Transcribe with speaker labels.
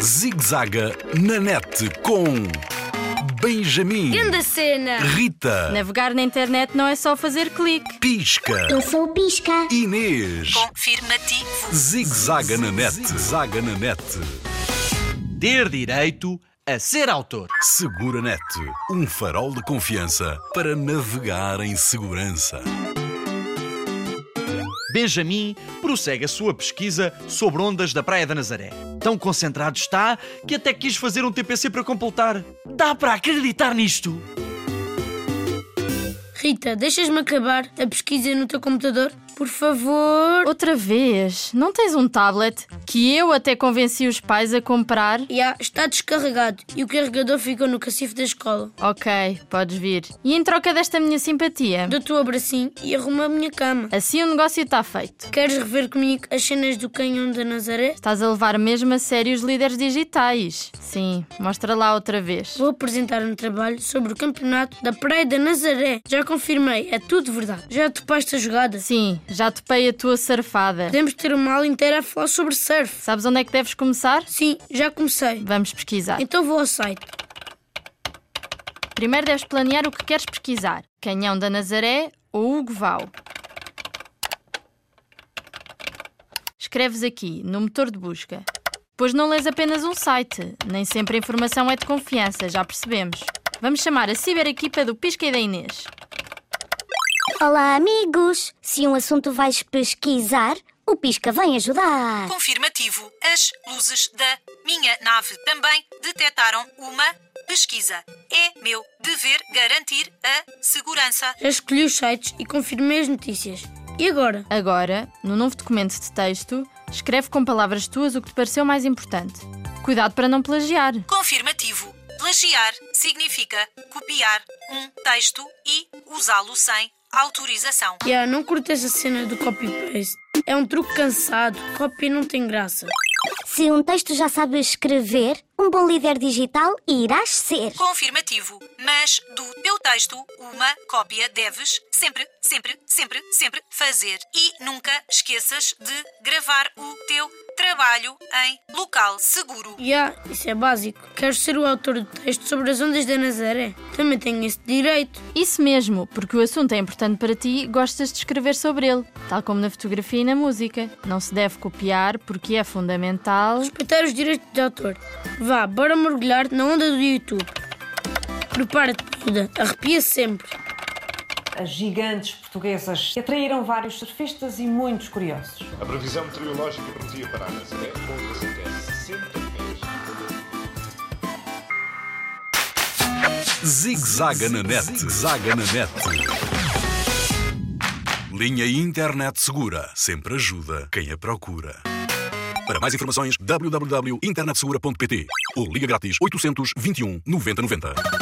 Speaker 1: Zigzaga na net com Benjamin,
Speaker 2: Grande cena!
Speaker 1: Rita,
Speaker 3: Navegar na internet não é só fazer clique.
Speaker 1: Pisca,
Speaker 4: Eu sou o Pisca.
Speaker 1: Inês.
Speaker 5: Confirmativo.
Speaker 1: Zigzaga na net, zaga na net.
Speaker 6: ter direito a ser autor.
Speaker 1: Segura net, um farol de confiança para navegar em segurança.
Speaker 6: Benjamin prossegue a sua pesquisa sobre ondas da Praia da Nazaré. Tão concentrado está que até quis fazer um TPC para completar. Dá para acreditar nisto?
Speaker 2: Rita, deixas-me acabar a pesquisa no teu computador? Por favor.
Speaker 3: Outra vez, não tens um tablet que eu até convenci os pais a comprar?
Speaker 2: Já está descarregado e o carregador ficou no cacifo da escola.
Speaker 3: Ok, podes vir. E em troca desta minha simpatia,
Speaker 2: Dou-te o abracinho e arrumo a minha cama.
Speaker 3: assim o negócio está feito.
Speaker 2: Queres rever comigo as cenas do canhão da Nazaré?
Speaker 3: Estás a levar mesmo a sério os líderes digitais. Sim, mostra lá outra vez.
Speaker 2: Vou apresentar um trabalho sobre o campeonato da Praia da Nazaré. Já confirmei, é tudo verdade. Já topaste a jogada?
Speaker 3: Sim, já topei a tua surfada.
Speaker 2: Podemos ter uma aula inteira a falar sobre surf.
Speaker 3: Sabes onde é que deves começar?
Speaker 2: Sim, já comecei.
Speaker 3: Vamos pesquisar.
Speaker 2: Então vou ao site.
Speaker 3: Primeiro deves planear o que queres pesquisar: Canhão da Nazaré ou Hugo Vau. Escreves aqui, no motor de busca. Pois não lês apenas um site. Nem sempre a informação é de confiança, já percebemos. Vamos chamar a ciberequipa do Pisca e da Inês.
Speaker 4: Olá, amigos. Se um assunto vais pesquisar, o Pisca vem ajudar.
Speaker 5: Confirmativo. As luzes da minha nave também detectaram uma pesquisa. É meu dever garantir a segurança.
Speaker 2: Já escolhi os sites e confirmei as notícias. E agora?
Speaker 3: Agora, no novo documento de texto, escreve com palavras tuas o que te pareceu mais importante. Cuidado para não plagiar.
Speaker 5: Confirmativo. Plagiar significa copiar um texto e usá-lo sem autorização.
Speaker 2: Yeah, é, não curto essa cena do copy-paste. É um truque cansado. Copy não tem graça.
Speaker 4: Se um texto já sabes escrever, um bom líder digital irás ser.
Speaker 5: Confirmativo. Mas do teu texto, uma cópia deves sempre, sempre, sempre, sempre fazer. E nunca esqueças de gravar o teu trabalho em local seguro.
Speaker 2: Yeah, isso é básico. Quero ser o autor do texto sobre as ondas da Nazaré. Também tenho esse direito.
Speaker 3: Isso mesmo, porque o assunto é importante para ti e gostas de escrever sobre ele, tal como na fotografia e na música. Não se deve copiar porque é fundamental.
Speaker 2: Respeitar os direitos de autor. Vá, bora mergulhar na onda do YouTube. Prepara-te, Duda. Arrepia sempre.
Speaker 7: As gigantes portuguesas atraíram vários surfistas e muitos curiosos.
Speaker 8: A previsão meteorológica prometia para a Nazaré ondas até 60 pés.
Speaker 1: Zigzaga na net, zaga na net. Linha Internet Segura sempre ajuda quem a procura. Para mais um informações, www.internetsegura.pt ou liga grátis 821 9090.